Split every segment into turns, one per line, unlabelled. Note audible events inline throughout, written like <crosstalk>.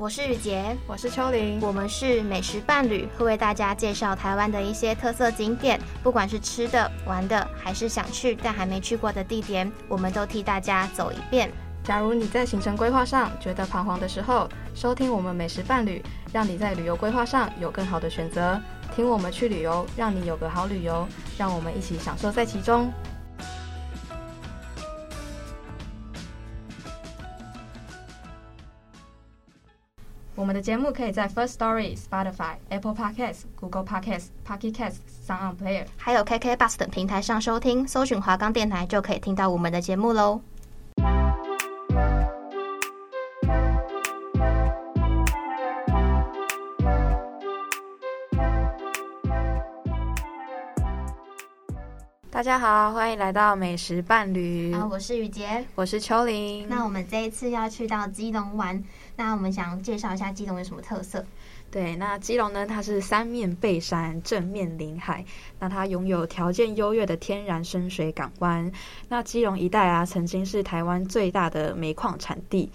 我是雨杰，
我是秋玲。
我们是美食伴侣，会为大家介绍台湾的一些特色景点，不管是吃的、玩的，还是想去但还没去过的地点，我们都替大家走一遍。
假如你在行程规划上觉得彷徨的时候，收听我们美食伴侣，让你在旅游规划上有更好的选择。听我们去旅游，让你有个好旅游。让我们一起享受在其中。我们的节目可以在 First Story、Spotify、Apple Podcasts、Google Podcasts、Pocket Casts、Sound On Player。
还有 KK Bus 等平台上收听，搜寻华冈电台就可以听到我们的节目喽。
大家好，欢迎来到美食伴侣
啊，我是雨杰。
我是秋玲。
那我们这一次要去到基隆玩，那我们想介绍一下基隆有什么特色。
对，那基隆呢，它是三面背山，正面临海，那它拥有条件优越的天然深水港湾。那基隆一带啊，曾经是台湾最大的煤矿产地。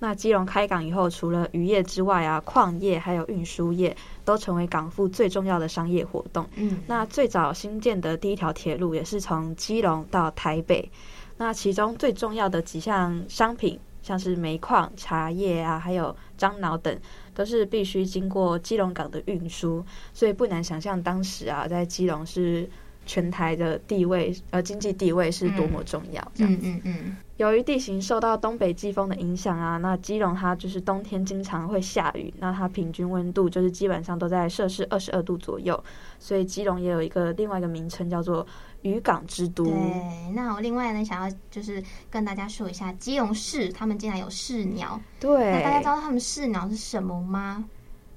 那基隆开港以后，除了渔业之外啊，矿业还有运输业都成为港府最重要的商业活动。
嗯，
那最早新建的第一条铁路也是从基隆到台北。那其中最重要的几项商品，像是煤矿、茶叶啊，还有樟脑等，都是必须经过基隆港的运输。所以不难想象当时啊，在基隆是全台的地位，呃，经济地位是多么重要。这样
嗯
子。
嗯嗯，
由于地形受到东北季风的影响啊，那基隆它就是冬天经常会下雨，那它平均温度就是基本上都在摄氏二十二度左右，所以基隆也有一个另外一个名称叫做渔港之都。
对。那我另外呢，想要就是跟大家说一下，基隆市他们竟然有市鸟，那
对，
大家知道他们市鸟是什么吗？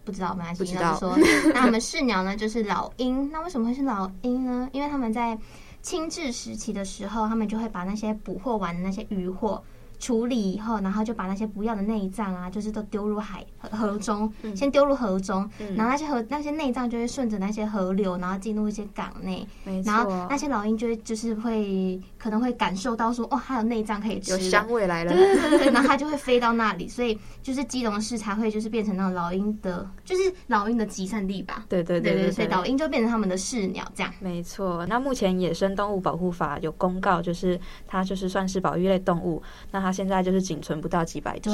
不知道，没关系，
不知
那就
道
说，
<laughs>
那我们市鸟呢，就是老鹰。那为什么会是老鹰呢？因为他们在清治时期的时候，他们就会把那些捕获完的那些渔获处理以后，然后就把那些不要的内脏啊，就是都丢入海河河中，
嗯
先丢入河中，
嗯
然后那些河那些内脏就会顺着那些河流，然后进入一些港内，
没
然后
错
那，些老鹰就会就是会可能会感受到说，哦，还有内脏可以吃
有
了，
香味来
<laughs>
了。
对对对对，然后它就会飞到那里，所以就是基隆市才会就是变成那种老鹰的，就是老鹰的集散地吧。
对对对
所以老鹰就变成他们的市鸟这样。
没错，那目前《野生动物保护法》有公告，就是它就是算是保育类动物，那它现在就是仅存不到几百只，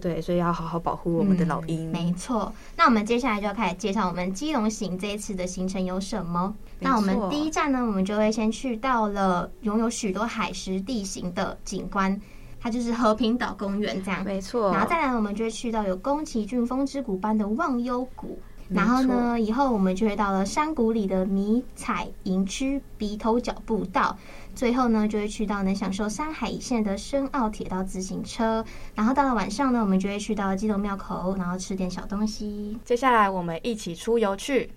对，所以要好好保护我们的老鹰。
没错。那我们接下来就要开始介绍我们基隆行这一次的行程有什么。
没错
那我们第一站呢，我们就会先去到了拥有许多海蚀地形的景观，它就是和平岛公园这样。
没错，
然后再来，我们就会去到有宫崎骏《风之谷》般的忘忧谷。
没错
然后呢，以后我们就会到了山谷里的迷彩营区、鼻头角步道，最后呢，就会去到能享受山海一线的深澳铁道自行车。然后到了晚上呢，我们就会去到基隆庙口，然后吃点小东西。
接下来我们一起出游去。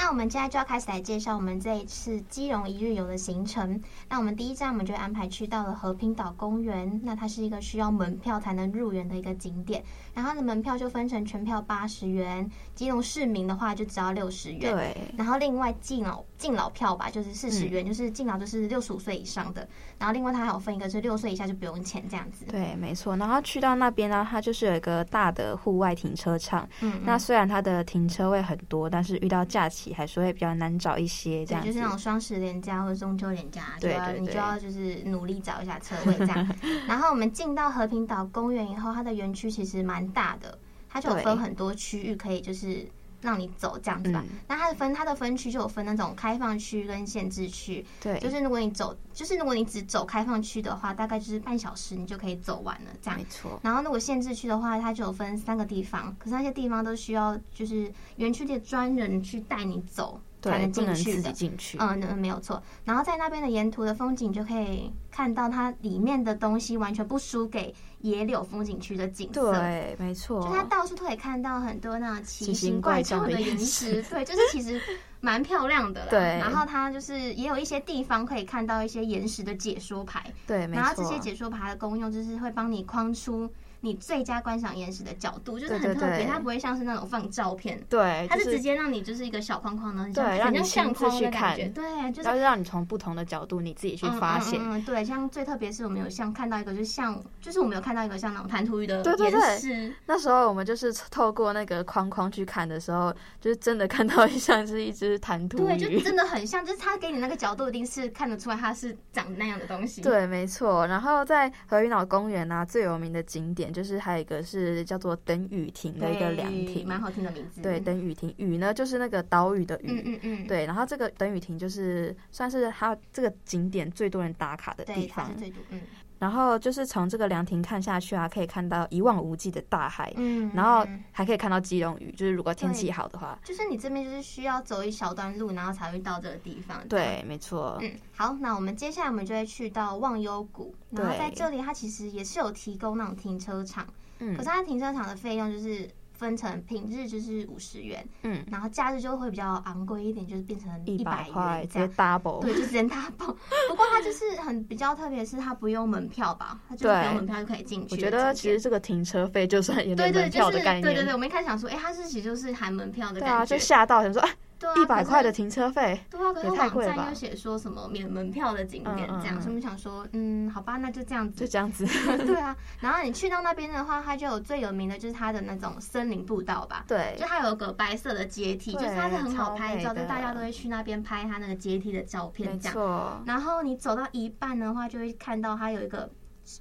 那我们现在就要开始来介绍我们这一次基隆一日游的行程。那我们第一站我们就安排去到了和平岛公园，那它是一个需要门票才能入园的一个景点，然后它的门票就分成全票八十元，基隆市民的话就只要六十元。
对，嗯
然后另外敬老敬老票吧，就是四十元，就是敬老就是六十五岁以上的。然后另外它还有分一个是六岁以下就不用钱这样子。
对，没错。然后去到那边呢、它就是有一个大的户外停车场。
嗯，
那虽然它的停车位很多，但是遇到假期还是会比较难找一些这
对，
样
就是那
子。
种双十连假或者中秋连假，啊
对
就要
对
你
对
就要就是努力找一下车位这
<laughs>
样。然后我们进到和平岛公园以后，它的园区其实蛮大的，它就有
对
分很多区域可以就是让你走这样子吧。
嗯
那它的分它的分区就有分那种开放区跟限制区，
对，
就是如果你走，就是如果你只走开放区的话，大概就是半小时你就可以走完了这样
没。错。
然后如果限制区的话，它就有分三个地方，可是那些地方都需要就是园区里的专人去带你走，才
对，
能
不
进
能
去
自己
的。
进去。
嗯，嗯没有错。然后在那边的沿途的风景，就可以看到它里面的东西完全不输给野柳风景区的景色。
对，没错。
就它到处都可以看到很多那种奇
奇
形
形
怪
怪
状
状的
的岩
岩
石，对，就是其实蛮漂亮的啦。
对
然后它就是也有一些地方可以看到一些岩石的解说牌，
对，没
然后这
错
些。解说牌的功用就是会帮你框出你最佳观赏岩石的角度，就是很
对对
特别，
对
它不会像是那种放照片。
对，
它
就是
直接让你就是一个小框框的，很
对
像
让
很
你
像相
亲自
框的
去
感觉，
看
对，就是
然后让你从不同的角度你自己去
嗯
发
嗯
现。
嗯嗯对，像最特别是我们有像看到一个，就是像就是我们有看到一个像那种弹涂鱼的
对对
岩
对
石，
那时候我们就是透过那个框框去看的时候，就是真的看到一像是一只弹涂
对，就
鱼。
真的很像，就是他给你那个角度一定是看得出来它是长那样的东西。，
对，没错。然后在和平岛公园啊，最有名的景点就是还有一个是叫做登雨亭的一个凉亭，
蛮好听的名字。
对，登雨亭，雨呢就是那个岛屿的
嗯
雨。
嗯嗯，
对，然后这个登雨亭就是算是它这个景点最多人打卡的
对，
地
它
方
是。最多，嗯
然后就是从这个凉亭看下去啊，可以看到一望无际的大海，
嗯，
然后还可以看到基隆屿，就是如果天气
对
好的话。
就是你这边就是需要走一小段路，然后才会到这个地方。这样。
对，没错。
嗯，好，那我们接下来我们就会去到忘忧谷，然后
对
在这里它其实也是有提供那种停车场，
嗯
可是它停车场的费用就是分成平日就是五十元，
嗯，
然后假日就会比较昂贵一点，就是变成一
一
百
百块
元这
直接
样。对，
double。
就直接大
<laughs>
爆。不过它就是很比较特别，是它不用门票吧？它就是不
对
用门票就可以进去的
我
景点。
觉得其实这个停车费就算也
对
能
对
门
就
票
是
的概
对
念。
对对，我们一开始想说，哎，它是其实就是含门票的
对
感觉，
啊，就吓到想说啊，
对啊
一百块的。
可是
停车费。
对啊，可是
也太
网
贵了
站
吧
又写说什么免门票的景点
嗯嗯
这样，
嗯
所以我们想说，嗯，好吧，那就这样
就
子。
这
<laughs>
样子，
对啊，然后你去到那边的话，它就有最有名的就是它的那种森林步道吧，
对 <laughs>
就，它有个白色的阶梯，就
对
是它是很好
超
拍照，
美
就
的
大家都会去那边拍它那个阶梯的照
没
片这样。
错，
然后你走到一半的话，就会看到它有一个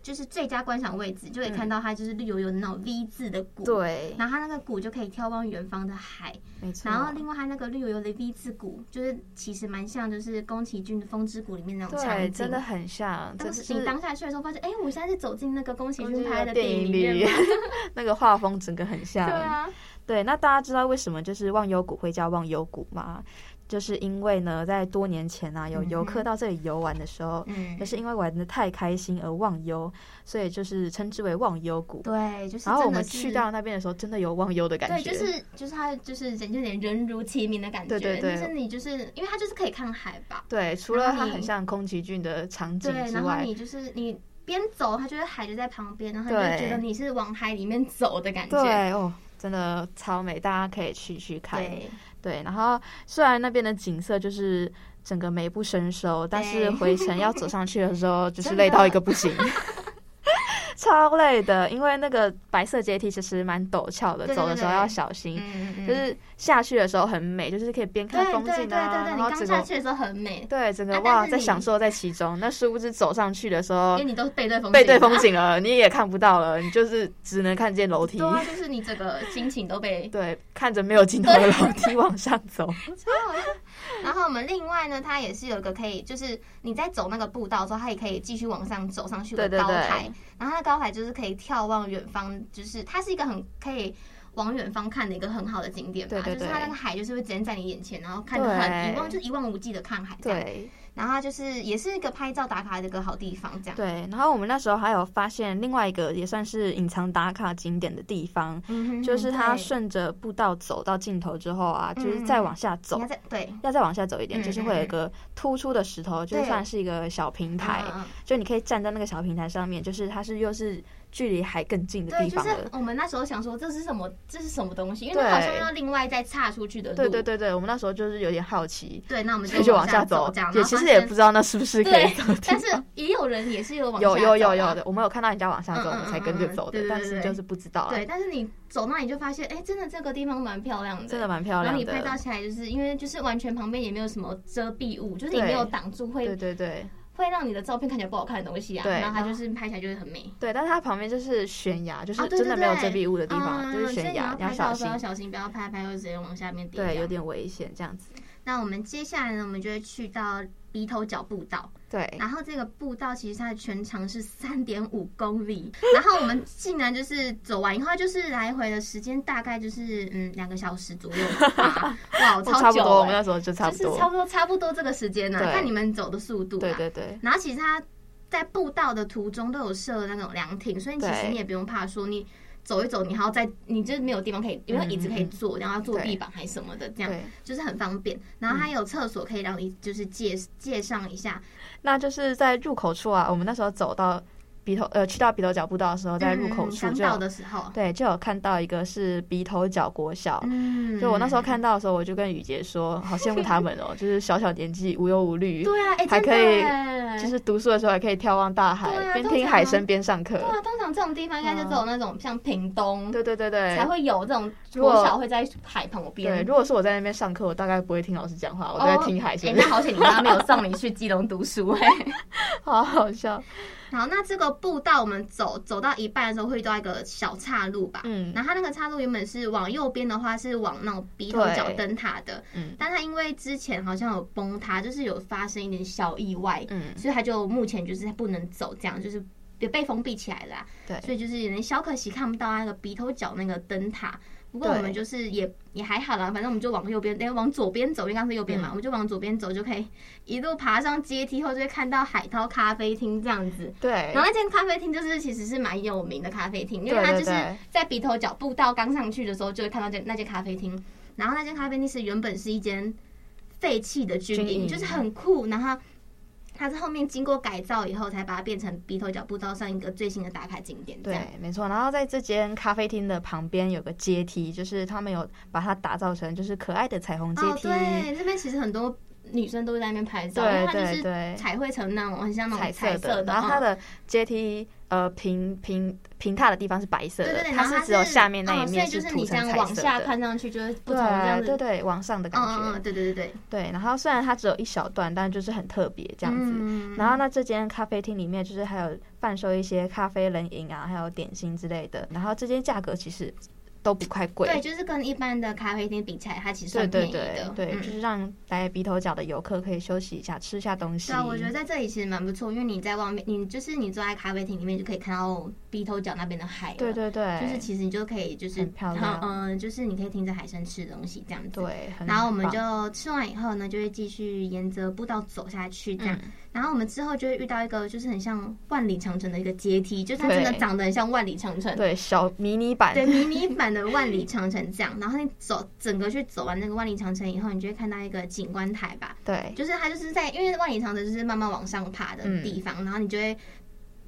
就是最佳观赏位置，就会看到它就是绿油油的那种 V 字的谷。。
嗯对，
然后它那个谷就可以眺望远方的海，
没错。
然后另外它那个绿油油的 V 字谷，就是其实蛮像就是宫崎骏的《风之谷》里面那种场
对，
景。
真的很像，这
当
是
时你当下去的时候发现，哎，我现在是走进那个宫崎
宫
骏
崎
拍
骏
的
的
电
电
影
影
里面
里
吗？
<laughs> 那个画风整个很像。
对啊，
对，那大家知道为什么就是忘忧谷会叫忘忧谷吗？就是因为呢，在多年前啊，有游
嗯哼
客到这里游玩的时候，
嗯
就，是因为玩的太开心而忘忧，所以就是称之为忘忧谷。
对，就是
然后我
真的
们
是
去到那边的时候，真的有忘忧的感
对，
觉，
就是就是它就是人有点人如其名的感觉，
对对对
就是你就是因为它就是可以看海吧，
对除了它
然后
很
你
像宫崎骏的场景
对，
之
然后
外，
你就是你边走，它就是海就在旁边，然后你就
对
觉得你是往海里面走的感觉。
对哦，真的超美，大家可以去去看。
对，
对，然后虽然那边的景色就是整个美不胜收，但是回程要走上去的
<laughs>
时候，就是累到一个不行， <laughs> 超累的。因为那个白色阶梯其实蛮陡峭的，
对对
走的时候
对
要小心。
嗯嗯，
就是下去的时候很美，就是可以边
对
看风
对对对
景啊，
对，
然
你
后
刚
整
下
个
去的时候很美，
对整个
啊但
哇
是
在
你
享受在其中。那殊不知走上去的时候
因为你都是背对风景，啊
哦背对风。景啊了， <laughs> 你也看不到了，你就是只能看见楼梯
对。啊，就是你整个心情都被
<laughs> 对，看着没有尽头的楼梯往上走。
然后我们另外呢，它也是有一个可以，就是你在走那个步道之后，它也可以继续往上走上去有个
对对
高
对
台，然后它的高台就是可以眺望远方，就是它是一个很可以。往远方看的一个很好的景点吧，
对对
就是
对
它那个海就是会直接在你眼前，然后看得很
对
一望就是一望无际的看海这样。
<laughs> 对。
然后它就是也是一个拍照打卡的一个好地方这样。
对，然后我们那时候还有发现另外一个也算是隐藏打卡景点的地方，
嗯哼
就是它
对
顺着步道走到尽头之后啊，
嗯
就是再往下走
你要，在对
要再往下走一点，
嗯
就是会有一个突出的石头，就是
对
算是一个小平台，
嗯嗯嗯
就你可以站在那个小平台上面，就是它是又是距离海更近的
对，
地
就
方
是
了。
我们那时候想说这是什么，这是什么东西，因为它好像
对
要另外再岔出去的路。
对对对对，我们那时候就是有点好奇，
对，那我们
所以就
往
往
下
下走
这样，。
也
然后
其
发
实也
现
不知道那是不是可以
对
走的，
但是也有人也是有往下走
有
啊
有有有的，我们有看到人家往下走，
嗯
我
嗯
们
嗯
才跟着
嗯
走
对
的
对，
但
对
是
对
就是不知道啊，
对，但是你走那你就发现，哎、真的这个地方蛮漂亮的，
真的蛮漂
然后
亮
你拍照
的。
起来，就是因为就是完全旁边也没有什么遮蔽物，就是你
对
没有挡住会，
对
会
对对。
让你的照片看起来不好看的东西啊。
对
然后它
然后
就是拍起来就是很美。
对，但是它旁边就是悬崖，就是
啊，对
真
对
的
对，
没有遮蔽物的地方，
嗯
就是悬崖，
所以你要
要
拍照
小
的时
心
候，小心不要拍拍，会直接往下面跌。啊
对，有。点危险这样子。
那我们接下来呢，我们就会去到鼻头角步道，
对，
然后这个步道其实它的全长是三点五公里，然后我们竟然就是走完以后，它就是来回的时间大概就是嗯两个小时左右
<laughs>
吧，哇，超
哦
久、欸，
差不多，我们那时候就差不
就
多
是，差不多差不多这个时间呢、
对
看你们走的速度、啊。
对对对，
然后其实它在步道的途中都有设那种凉亭，所以其实
对
你也不用怕说你走一走，你还要在你就是没有地方可以，没有椅子可以坐，然后要坐
嗯对
地板还是什么的，这样
对，嗯
就是很方便。然后还有厕所可以让你就是介介绍一下，
那就是在入口处啊，我们那时候走到鼻头呃去到鼻头角步道的时候，在入口
嗯
处
刚
就有、
到的时候，
对就有看到一个是鼻头角国小。
嗯
就我那时候。看到的时候，我就跟雨杰说，好羡慕他们哦，就是小小年纪无忧无虑，
对啊，哎、
还
真的
可以
哎
就是读书的时候还可以眺望大海，
对啊
边
通
听
常
海声边上课
对。啊，通常这种地方应该就只有那种像屏东
嗯对对对对，
才会有这种
如果
国小会在海旁
对。
边。
如果是我在那边上课，我大概不会听老师讲话，我都在听海
哎、
声，
那好险你妈没有送你去基隆读书哎、
好好笑。
好，那这个步道我们走走到一半的时候会遇到一个小岔路吧？
嗯
然后它那个岔路原本是往右边的话是往那种鼻头角灯塔的，
嗯
但它因为之前好像有崩塌，就是有发生一点小意外，
嗯，
所以它就目前就是不能走，这样就是也被封闭起来了啊、
对
所以就是有点小可惜看不到那个鼻头角那个灯塔。不过
对
我们就是也也还好啦，反正我们就往右边，哎、往左边走，因为刚刚是右边嘛，我们就往左边走就可以一路爬上阶梯后，就会看到海涛咖啡厅这样子。
对
然后那间咖啡厅就是其实是蛮有名的咖啡厅，因为
对
它
对
就是
对
在鼻头角步道刚上去的时候就会看到这那间咖啡厅，然后那间咖啡厅是原本是一间废弃的军
军
营，
营
就是很酷，然后。它是后面经过改造以后，才把它变成鼻头角步道上一个最新的打卡景点。这样
对，没错。然后在这间咖啡厅的旁边有个阶梯，就是他们有把它打造成就是可爱的彩虹阶
哦，
梯，
对，这边其实很多女生都会在那边拍照，
对
因为它就
对
是
对
彩绘成那种很像那
彩
种彩
的。
的，
然后它
嗯
的阶梯呃平平平踏的地方是白色
对
的
对，对，然后
它是只有下面那一
嗯
面
所以就是
涂
你这
成
样
彩
往
色
下
的。
看上去就是不同这样
对
子，
对对，往上的感
嗯嗯
觉
嗯，。对对对对，
对，然后虽然它只有一小段，但就是很特别这
这
样子。
嗯、
然后那这间咖啡厅里面就是还有贩售一些咖啡冷饮啊，还有点心之类的。然后这间价格其实都不太贵，
对，就是跟一般的咖啡厅比起来，它其实算
对
便
对
宜的。
对对，
嗯
就是让来鼻头角的游客可以休息一下，吃一下东西。
对啊，我觉得在这里其实蛮不错，因为你在外面，你就是你坐在咖啡厅里面就可以看到鼻头角那边的海了。
对对对，
就是其实你就可以就是
很漂亮
嗯、就是你可以听着海声吃东西这样子。
对，很
然后我们
棒
就吃完以后呢，就会继续沿着步道走下去，这样。
嗯
然后我们之后就会遇到一个就是很像万里长城的一个阶梯，就是它真的
对
长得很像万里长城，
对小迷你版，
对，迷你版的万里长城这样。然后你走整个去走完那个万里长城以后，你就会看到一个景观台吧，
对
就是它就是在因为万里长城就是慢慢往上爬的地方，然后你就会。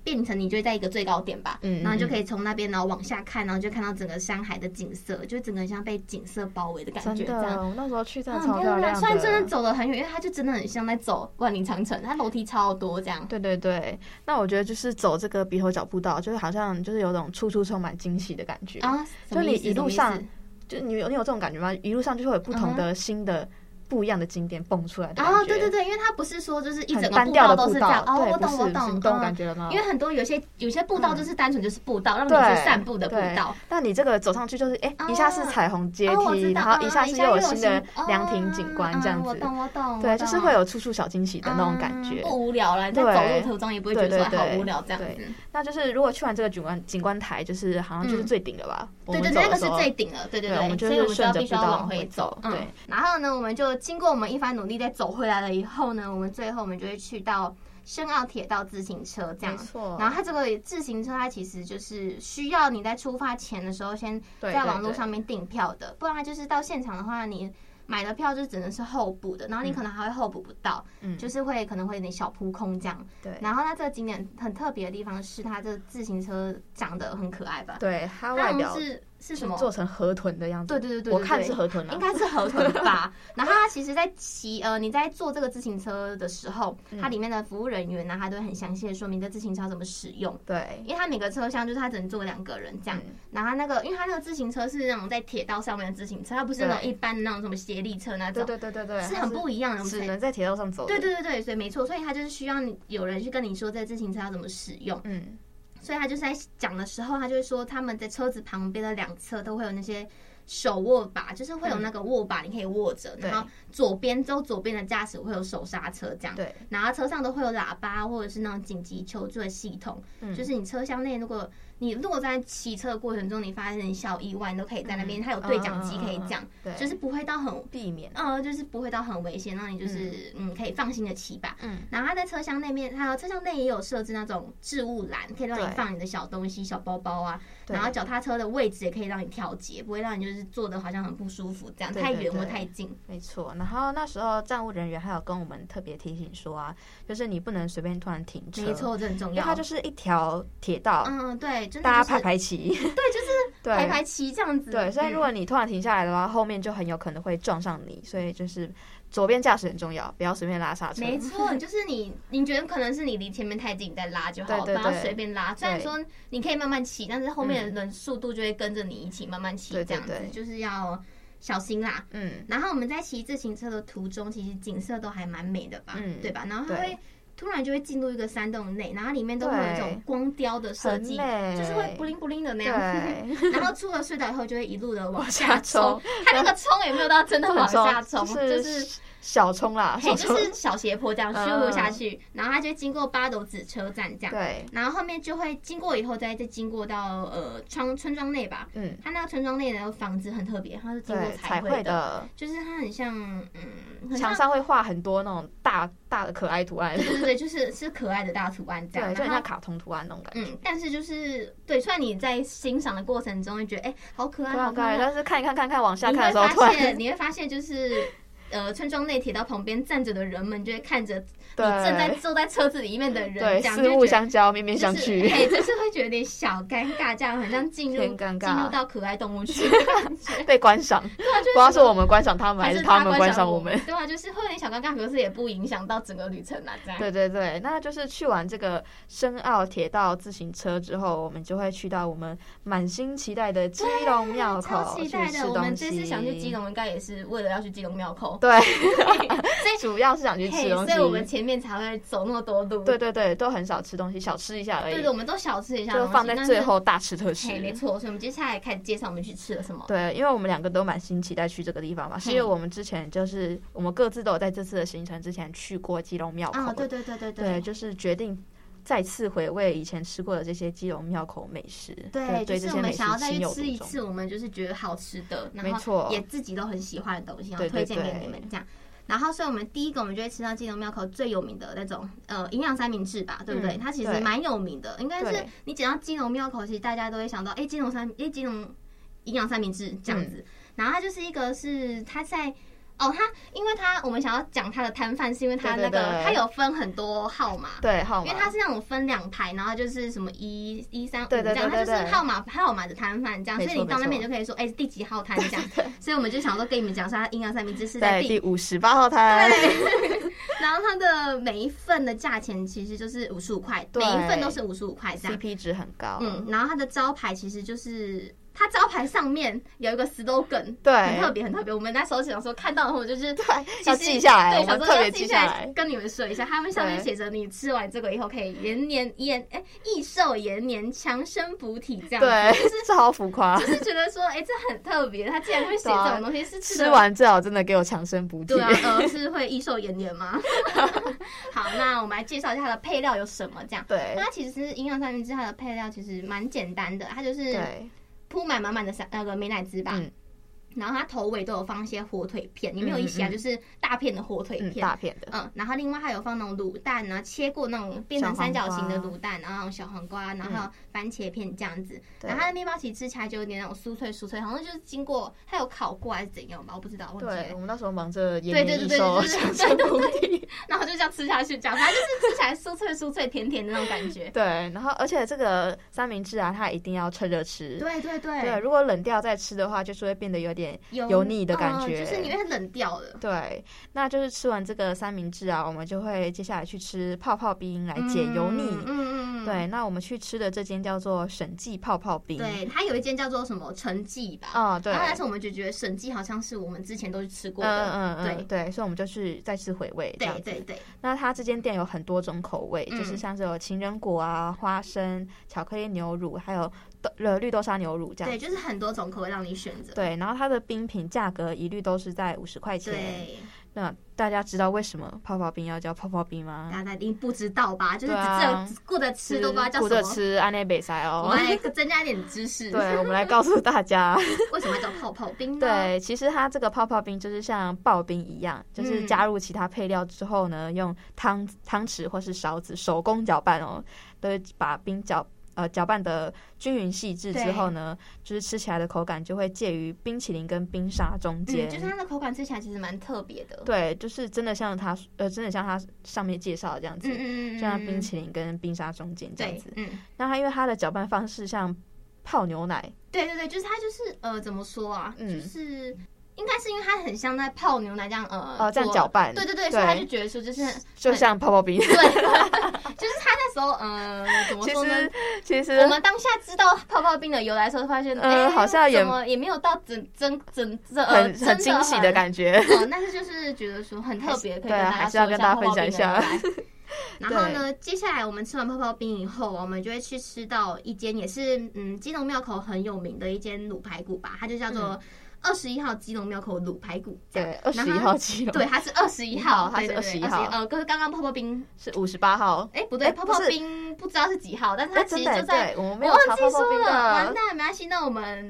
变成你就会在一个最高点吧，
嗯
然后就
嗯
可以从那边然后往下看，然后就看到整个山海的景色，就整个像被景色包围的感觉
真
这
的，
样。
我们那时候去真的
很
超漂亮
虽然真的走了很远，因为它就真的很像在走万里长城，它楼梯超多这样。
对对对，那我觉得就是走这个鼻头角步道，就是好像就是有种处处充满惊喜的感觉。
啊，什么
就你
意思
一路上，
什么意思
就是你有你有这种感觉吗？一路上就会有不同的新的、不一样的景点蹦出来的感觉。
哦，嗯对对对，因为它不是说就是一整
很
个
单调的
都是
步
这
道
样，，哦，
对，
我
不
懂
是
我
不是
懂，
你懂
嗯
感觉了吗？嗯
因为很多有些有些步道就是单纯就是步道，让你
对
去散步的步道。
那你这个走上去就是，哎、
啊
一下是彩虹阶
哦我
梯，
知道
然后
嗯
一下
一
是
下
又
又有
新的
新
凉亭景观
嗯
这样子
我，懂我懂，
对，
我
就是
懂
会有处处小惊喜的那种感
嗯
觉。
不无聊啦，你在
对
走路途中也不会觉得
对
说
对
好
对
无聊这样子
对。那就是如果去完这个景观景观台，就是好像就是
嗯
最顶了吧？我
对
们
对对，那
走的
个
时
是
候
最顶了，对对
对我们就
所
是
以我们就要
顺着
必须要
步道
往
往
回
回
走
走。
嗯
对，
然后呢，我们就经过我们一番努力再走回来了以后呢，我们最后我们就会去到深澳铁道自行车这样
没。错，
然后它这个自行车，它其实就是需要你在出发前的时候先
对
在
对
网络
对
上面订票的，不然它就是到现场的话，你买的票就只能是候补的，然后你可能还会候补不到，
嗯
就是会可能会有点小扑空这样。
对
然后它这个景点很特别的地方是，它这自行车长得很可爱吧？
对它
它
外
好
表
像是是什么？
做成河豚的样子，
对对对对对
我看
对
是河豚啊，
应该是河豚
<laughs>
吧。然后它其实，在骑呃，你在坐这个自行车的时候，
嗯
它里面的服务人员呢，他都会很详细的说明这自行车要怎么使用。
对，
因为它每个车厢就是它只能坐两个人这样，
嗯
然后它那个，因为它那个自行车是那种在铁道上面的自行车，它不是那种
对
一般那种什么协力车那
对
种，
对对对对，
是
它
很不一样的。我们
只
才
能在铁道上走的，
对对对对，所以没错，所以它就是需要你有人去跟你说这自行车要怎么使用，
嗯，
所以他就是在讲的时候，他就会说他们在车子旁边的两侧都会有那些手握把，就是会有那个握把，你可以握着，
对
然后左边只有左边的驾驶会有手刹车这样，
对，
然后车上都会有喇叭或者是那种紧急求救的系统，就是你车厢内如果你如果在骑车的过程中你发生小意外，你都可以在那边，它有对讲机可以讲，
对，
就是不会到很
避免，
呃，就是不会到很危险，让你就是嗯可以放心的骑吧。
嗯，
然后它在车厢内面，它车厢内也有设置那种置物篮，可以让你
对
放你的小东西、小包包啊。然后脚踏车的位置也可以让你调节，不会让你就是坐的好像很不舒服，这样
对
太
对
远或
对
太近。
没错。然后那时候站务人员还有跟我们特别提醒说啊，就是你不能随便突然停车，
没，错，这很重
因为
要。
它就是一条铁道，
嗯，对，真的
大家
就是 <laughs>
排排骑，
对，就是
<laughs> 对
排排骑这样子。
对，所以
嗯
如果你突然停下来的话，后面就很有可能会撞上你，所以就是左边驾驶很重要，不要随便拉刹车。
没
<laughs>
错，就是你，你觉得可能是你离前面太近，你再拉就好，
对对
不要
对嗯
随便拉。虽然说你可以慢慢骑，但是后面的人速度就会跟着你一起慢慢骑，
对对
这样子
对
就是要小心啦。
嗯，
然后我们在骑自行车的途中，其实景色都还蛮美的吧，
嗯
对吧？然后它
对
会突然就会进入一个山洞内，然后里面都会有一种
对
光雕的设计，
很美
就是会布灵布灵的那样
对， <laughs>
子。 <laughs> 然后出了隧道以后，就会一路的往下
下
冲
冲，
它那个冲也没有到 <laughs> 真的往下冲，。
就是小冲啦，
嘿，
小
就
冲，
是小斜坡这样
嗯
咻下去，然后它就经过八斗子车站这样，
对，
然后后面就会经过以后再再经过到呃窗村庄内吧。
嗯，
它那个村庄内的房子很特别，它是经过
对，彩
绘
绘，的
就是它很像嗯，很
墙
像
上会画很多那种大大的可爱图案，
对对对，就是是可爱的大图案这样，
<laughs> 对，就很
然
像
后。
卡通图案那种感觉。
嗯，但是就是对，虽然你在欣赏的过程中会觉得，哎、好可爱，
对
好
啊，
可
对啊，
爱，
但是看一看看看往下
你
看
会
的时候，突
发
然
现，你会发现就是，呃，村庄内铁道旁边站着的人们就会看着你
对
正在坐在车子里面的人，
对
这样
四
就
目
会觉得。
相交，面面
就
相
是
觑。
嘿，就是会觉得有点小尴尬，这样很像进入
偏尴尬
进入到可爱动物
<laughs>
区的感觉，
<laughs> 被观赏，不
<laughs> 对啊，就是
知道是我们观赏他们，
还
还
是
是他们观
观
赏
我
我们。，
对啊，就是会有点小尴尬，可是也不影响到整个旅程啊，这样。
对对对，那就是去完这个深澳铁道自行车之后，我们就会去到我们满心期待的基隆庙
超
口
期
去
待
吃
的！我们
东
这
西。
次想去基，隆，应该也是为了要去基隆庙口，
对，
所以
主要是想去吃
嘿，
东
所
西。
以我们前面才会走那么多路。
对对对，都很少吃东西，小吃一下而
对
已
的，，我们都小吃一下东
就
西，
放在
但是
最。后大吃特吃
嘿，。没错。所以我们接下来开始介绍我们去吃了什么。
对，因为我们两个都满心期待去这个地方嘛，是因为我们之前就是我们各自都有在这次的行程之前去过基隆庙口
啊，对
的
对对对
对，就是决定再次回味以前吃过的这些基隆庙口美食，
对，就
对
是
这些
我们
美食
想要再
情
去
有独
吃一
钟。
次，我们就是觉得好吃的，然
没
后
错
也自己都很喜欢的东西，然后
对
推
对
荐给你
对
们这样。然后，所以我们第一个我们就会吃到基隆庙口最有名的那种呃营养三明治吧，对不对？
嗯
它其实
对
蛮有名的，应该是
对
你讲到基隆庙口，其实大家都会想到，哎，基隆三，哎，基隆营养三明治这
嗯
样子。然后它就是一个是它在。哦，它因为它我们想要讲它的摊贩，是因为它那
对对
个
对
它有分很多号码，
对，号
因
码
为它是那种分两排，然后就是什么一一三五
对
这
对对
样，它就
对
是
对
号码号码的摊贩这样，
没
所
错
以你到那边你
没错
就可以说，哎、第几号摊
<laughs>
这样。所以我们就想说跟你们讲说，它阴阳三明治是在
在
第，
第五十八号摊，
然后它的每一份的价钱其实就是五十五块，每
对
一份都是五十五块这样。
CP 值很高。
嗯，然后它的招牌其实就是。它招牌上面有一个 slogan，
对
很特别，很特别。我们那时候想说看到的话，我就是对
要记下来
对，
我
想
们
说
特
要
别
记
记
下
下
来，
来
跟你们说一下，他们上面
对
写着你吃完这个以后可以延年延哎益寿延年强身补体这样子，
对
就是，
<laughs> 超浮夸
就。是觉得说哎、这很特别，他竟然会写
对啊
这种东西是吃
吃
的
完最好真的给我强身补体
对。啊，呃，是会益寿延年吗？ <laughs> 好，那我们来介绍一下它的配料有什么这样。
对
那它其实营养三明治它的配料其实蛮简单的，它就是
对
铺满满满的三那个美乃滋吧。
嗯
然后它头尾都有放一些火腿片，你没有一些啊，
嗯嗯
就是大片的火腿
嗯，
片，
大片的，
嗯，然后另外还有放那种卤蛋啊，切过那种变成
小黄
三角形的
瓜
卤蛋，然后那种小黄瓜，然后还有番茄片这样子。
对
然后它的面包其实吃起来就有点那种酥脆酥脆，好像就是经过它有烤过还是怎样吧，我不知道，忘记
对
了
我。们那时候忙着
对对
延年
对
益
对，
寿
就，
强
是
身
对对对，然后就这样吃下去，这样反正就是吃起来酥脆酥脆、甜甜的那种感觉。
对，然后而且这个三明治啊，它一定要趁热吃。
对对
对，
对，
如果冷掉再吃的话，就是会变得有点油腻的感觉
嗯就是因为它冷掉了。
对，那就是吃完这个三明治啊，我们就会接下来去吃泡泡冰来解油腻。
嗯嗯嗯，
对，那我们去吃的这间叫做沈记泡泡冰。
对，啊它有一间叫做什么陈记吧，
哦，对，
然后但是我们就觉得审计好像是我们之前都是吃过
嗯
的，
嗯嗯，
对
对，所以我们就去再次回味这样
对
子。
对对，
那它这间店有很多种口味，
嗯
就是像是有情人果啊、花生、巧克力牛乳，还有豆呃绿豆沙牛乳这样
对，。就是很多种口味让你选择。
对，然后它的冰品价格一律都是在五十块钱。
对，
那大家知道为什么泡泡冰要叫泡泡冰吗？
大家一定不知道吧？就是
对啊
只这顾着吃都不知道叫
顾
什
着
么。
吃安内北塞
我
哦
们。来增加一点知识， <laughs>
对，我们来告诉大家，
为什么要叫泡泡冰呢？，
对，其实它这个泡泡冰就是像刨冰一样，就是
嗯
加入其他配料之后呢，用汤汤匙或是勺子手工搅拌哦，都会把冰搅呃搅拌的均匀细致之后呢，就是吃起来的口感就会介于冰淇淋跟冰沙中间。
嗯，就是它的口感吃起来其实蛮特别的。
对，就是真的像它呃，真的像它上面介绍的这样子，
嗯，嗯嗯嗯，
就像冰淇淋跟冰沙中间这样
对
子。，
嗯，
那它因为它的搅拌方式像泡牛奶，
对对对，就是它就是呃，怎么说啊？
嗯
就是应该是因为它很像在泡牛奶这样呃
哦这样
做
搅拌
对对对，
对
所以他就觉得说就是很
就像泡泡
<laughs>
冰。
对，就是他那时候嗯、呃怎么
其
说呢？
实
<laughs>
其实
我们当下知道泡泡冰的由来的时候，发现，
呃
哎
好像也
怎么也没有到整整整整呃
很很惊喜的
觉。
感觉。
哦，但是就是觉得说很特别，可以
对啊还是要
跟
跟
大家
大家
说
分享
一
一
下泡
下
泡冰的由来。然后呢，接下来我们吃完泡泡冰以后，我们就会去吃到一间也是嗯基隆庙口很有名的一间卤排骨吧，它就叫做二十一号基隆庙口卤排骨。这样
嗯对，二十
然
一
后
号基隆，
对，它是二十一
<laughs>
号，
它是
对对对
21号
呃，跟刚刚泡泡冰，
是五十八号。
哎，不对，
哎
泡
不
泡
是
冰不知道是几号，但是它
哎
其
真
实
的耶，
就在。
对我们没
我
有查
忘记
泡泡
说
冰
了，完
的，
蛋，没关系，那我们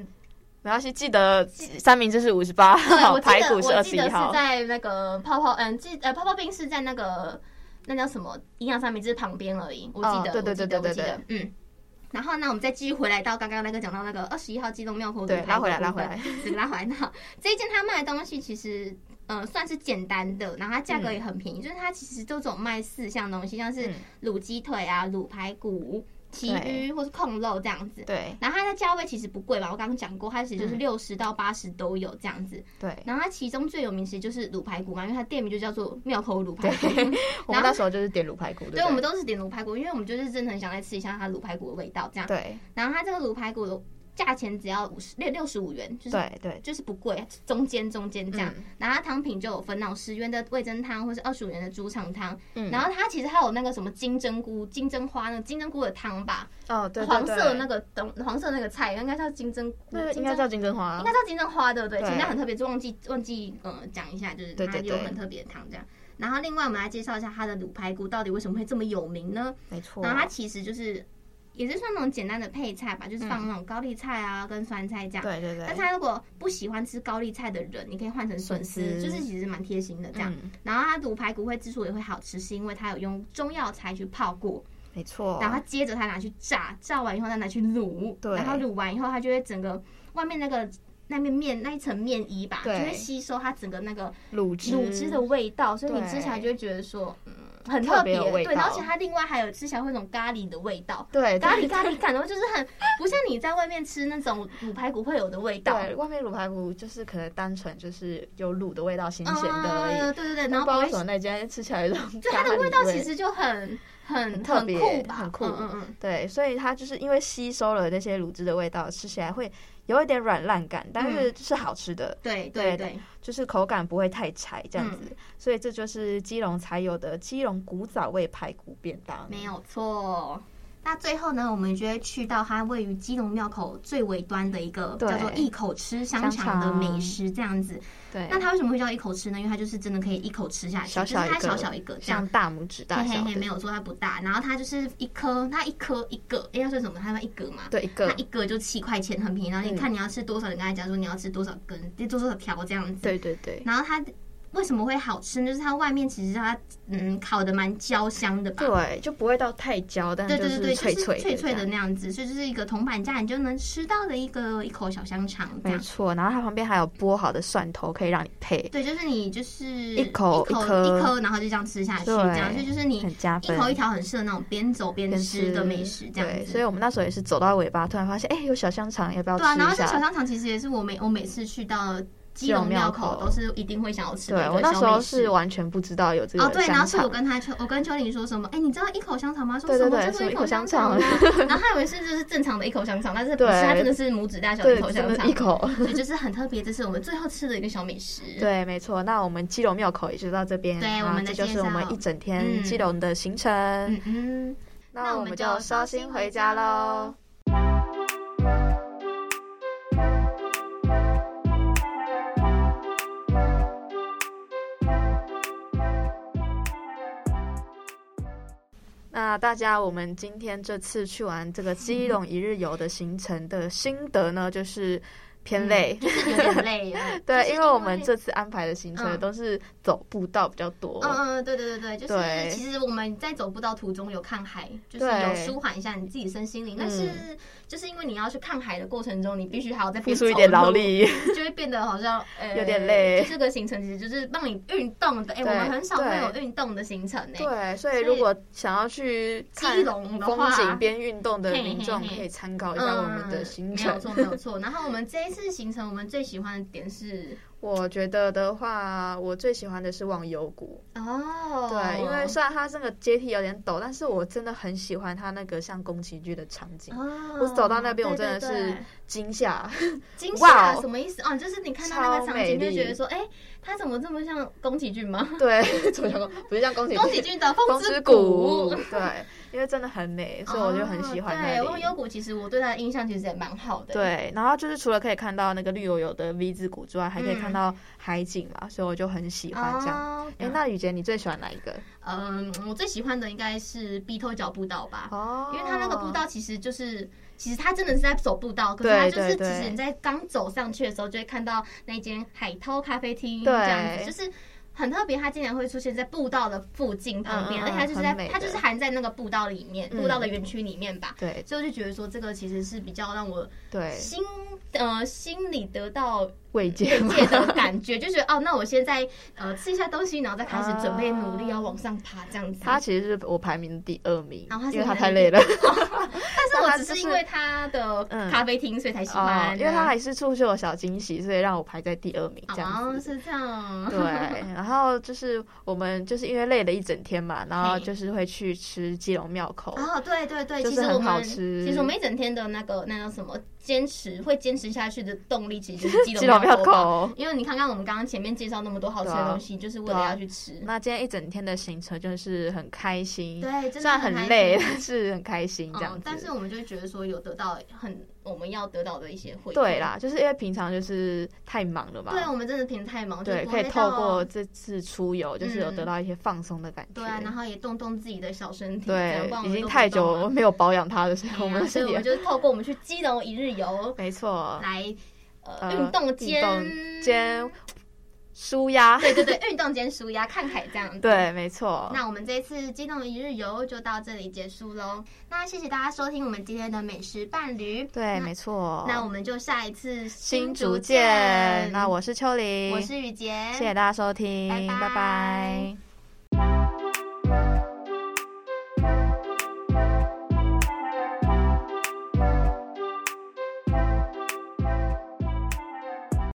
没关系，记得三明治是五十八
对，<laughs>
号，
我记
排
得
骨是
我
二
记
十
得
一
是
号。
在那个泡泡，嗯，记呃泡泡冰是在那个那叫什么营养三明治旁边而已，我记得，
哦对对
我记得
对对
我记得嗯。然后呢，我们再继续回来到刚刚那个讲到那个二十一号激动庙口
对
卤排
拉
骨
回来
部
拉回
分
来，
对拉回来。那这一间他卖的东西其实。呃，算是简单的，然后它价格也很便宜，就是它其实都总卖四项东西，像是
嗯
卤鸡腿啊、卤排骨、旗
对
鱼或是控肉这样子。
对
然后它的价位其实不贵吧，我刚刚讲过，它其实就是
嗯
六十到八十都有这样子。
对，
然后它其中最有名其实就是卤排骨嘛，因为它店名就叫做庙口卤排 <laughs> 骨。
我们那时候就是点卤排骨，对
对，我
不
们
对？
都是点卤排骨，因为我们就是真的很想再吃一下它卤排骨的味道这样。
对
然后它这个卤排骨的价钱只要五十六六十五元，就是
对对，
就是不贵，中间中间这样。
嗯
然后它汤品就有分那种十元的味噌汤，或是二十五元的猪肠汤。
嗯
然后它其实还有那个什么金针菇、金针花那个金针菇的汤吧，
哦对，对
黄色的
对
那个东黄色的那个菜应该叫金针菇，
那
金
应该
针
叫金针花啊
应该，叫金针花对不对？
对
前面很特别，就忘记忘记呃讲一下，就是
对
它
对
有
对
很特别的汤这样。然后另外我们来介绍一下它的卤排骨到底为什么会这么有名呢？
没错
然。后它其实就是也是算那种简单的配菜吧，就是放那种高丽菜啊跟酸菜这样。
嗯对对
但
对，
他如果不喜欢吃高丽菜的人，你可以换成笋丝，
笋丝
就是其实蛮贴心的这样。
嗯，
然后它卤排骨会之所以会好吃，是因为它有用中药材去泡过，
没错。
然后它接着它拿去炸，炸完以后再拿去卤，
对
然后卤完以后，它就会整个外面那个那面面那一层面衣吧，就
对
会吸收它整个那个
卤汁
卤汁的味道，所以你
对
吃起来就会觉得说，嗯，很
特
别，
别有味
对，然后
道
而且它另外还有吃起来会有一种咖喱的味道。
对
咖喱
对
咖喱感，然后就是很不像你在外面吃那种卤排骨会有的味道，
对，外面卤排骨就是可能单纯就是有卤的味道，咸咸的而已
嗯。对对对，然
然
后
后
不
为
会
什么那间吃起来有种
就它的
咖喱
味道其实就很很
很特别
酷吧，
很酷
嗯嗯嗯，
对，所以它就是因为吸收了那些卤汁的味道，吃起来会有一点软烂感，但
嗯
是是好吃的，
对对
对
对，
就是口感不会太柴这样子。
嗯
所以这就是基隆才有的基隆古早味排骨便当。
没有错。那最后呢，我们就会去到它位于基隆庙口最尾端的一个
对
叫做一口吃香肠的美食这样子。
对，
那它为什么会叫一口吃呢？因为它就是真的可以一口吃下去，
小小
就是它
一个，
小小一个这样
像。大拇指大
嘿
小
嘿
的，
嘿，没有错，它不大。然后它就是一颗，它一颗一个，哎，要算什么？它要一个嘛？
对一
它
个
一，个就七块钱，很便宜。然后你
嗯
看你要吃多少，你刚才讲说你要吃多少根，多多少条这样子。
对对对
然后它为什么会好吃呢？就是它外面其实它嗯烤的蛮焦香的吧。
对，就不会到太焦，但
对
就
对对对，
是
就
脆
是
脆
脆脆
这
的
样。
那样子，所以就是一个铜板价你就能吃到的一个一口小香肠这
没
样。
错，然后它旁边还有剥好的蒜头，可以让你配，
对，就是你就是一
口
一
一颗
一颗，然后就这样吃下去，
对
这样，所以就是你
很加
一
分。
口一条很适合那种边走边
边
吃的美食这样
对，
子。
所以我们那时候也是走到尾巴，突然发现，哎、有小香肠，要不要吃
对啊，然后
一
这小
下？
香肠其实也是我每我每次去到基
基隆
隆庙
庙
口
口
都是一定会想要吃的一
对
个
我那时
小
候
美食
是完全不知道有这个
哦，对，然后是
香
我
肠，
跟他秋，我跟秋玲说什么？哎，你知道一口香肠吗？说
对
什
对
么
对
叫做
什么
一
一
口
口
香肠
香
啊？
<laughs>
然后他以为是就是正常的一口香肠，但是不是，
对
它真的是拇指大小的一
对
口，
真
香
的
肠，
一口。
<laughs> 对，就是很特别，这是我们最后吃的一个小美食。
对，没错。那我们基隆庙口也就到这边，
对
然后
我们的
这就是我
介
们
绍
一整
嗯
天基隆的行程。
嗯嗯。那
那
我
我
们
们
就
就
收
收
心
心
回
回
家
家
喽
喽。那大家，我们今天这次去玩这个基隆一日游的行程的心得呢，就是偏累。。
嗯就是有点累了
<laughs> 对，
就是
因为我们这次安排的行
嗯
程都是走步道比较多。
嗯嗯，对对对对，就是
对
其实我们在走步道途中有看海，就是
对嗯
有舒缓一下你自己身心灵。但是就是因为你要去看海的过程中，你必须还要再
付出一点劳
力。
力，
就会变得好
<laughs>
像、呃、
有点累
就这个行程其实就是让你运动的，哎、
对
我们很少会有
对
运动的行程呢、哎
对，所以
以
如果想要去看
基隆的
风
话
景边运动的
嘿嘿
民众，
嘿
可以参考一下我
嗯，
们的行
没有
程。
错，没有错。然后我们这一次行程，我们最喜欢的点是
我觉得的话，我最喜欢的是忘忧谷。
哦，
<laughs> 对，因为虽然它这个阶梯有点陡，但是我真的很喜欢它那个像宫崎骏的场景。
哦，
我走到那边，我真的
对对
是
对
惊吓。 <laughs>
惊
哇
吓，
哦
什么意思？哦，就是你看到那个
超
场
美
景，
丽
就觉得说，哎、他怎么这么像宫崎骏吗？
<laughs> 对，怎么讲？不是像宫崎
宫崎骏的《
风
风
之
之
谷
<laughs> 谷》。
对，因为真的很美，所以我就很喜欢
哦
那
对，忘
里。
忧谷其实我对他的印象其实也蛮好的。，
对，然后就是除了可以看到那个绿油油的 V 字谷之外，还可以看到海景嘛，所以我就很喜欢这样。
嗯哦，
哎、那雨杰，你最喜欢哪一个？
嗯，我最喜欢的应该是鼻头脚步道吧，
哦
因为它那个步道其实就是，其实它真的是在走步道，可是它
对
就是
对对
其实你在刚走上去的时候，就会看到那间海涛咖啡厅
对
这样子，就是。很特别，它竟然会出现在步道的附近旁边，
嗯嗯嗯
而且它就是在
很美的嗯
它就是含在那个步道里面，步道的园区里面吧。
对
所以我就觉得说，这个其实是比较让我
对，
心呃心里得到
慰藉 <laughs> 嘛
界的感觉，就觉得哦，那我现在呃吃一下东西，然后再开始准备努力
啊
要往上爬这样子。
他其实是我排名第二名，
然后哦它是
因为他
你的
太
第
累
一
了。
但是
它
我
就
只
是
是因为它的
嗯
咖啡厅，所以才喜
哦
欢，
因为他还是出去有小惊喜，所以让我排在第二名这样
哦
子。
是这样，
对，然后就是我们就是因为累了一整天嘛，然后
嘿
就是会去吃基隆庙口。
哦，对对对，
就是
其实我
很好
们
吃
其实我们一整天的那个那叫什么坚持会坚持下去的动力，其实就是 <laughs> 基
基
隆
隆庙
庙口吧。
口。
因为你看看我们刚刚前面介绍那么多好吃
对
的
啊
东西，就是为了
对啊
要去吃。
那今天一整天的行程就是很开心，
对，真的
虽然很
开
累， <laughs>
心
但是很开心这样
嗯
子。，
但是我们就会觉得说有得到很我们要得到的一些回馈。
对啦，就是因为平常就是太忙了嘛，
对，我们真的平太忙，
对，
就
可以
不会
透
到
过这次出游，就是有得
嗯
到一些放松的感觉。
对啊，然后也动动自己的小身体，这样
对
不然我，
已
们
经
都不
太
动了
久没有保养它了，所以我
对
们的
啊所以 <laughs>
身
我
体
们就是透过我们去基隆一日游
没错，
来呃
呃
运动
运
兼
动兼舒压，
对对对，运 <laughs> 动兼舒压看海这样子。
对，没错。
那我们这一次基隆一日游就到这里结束喽。那谢谢大家收听我们今天的美食伴侣。
对，
那
没错。
那我们就下一次
新
竹
竹见，那我是秋玲，
我是雨杰，
谢谢大家收听，
拜拜
拜拜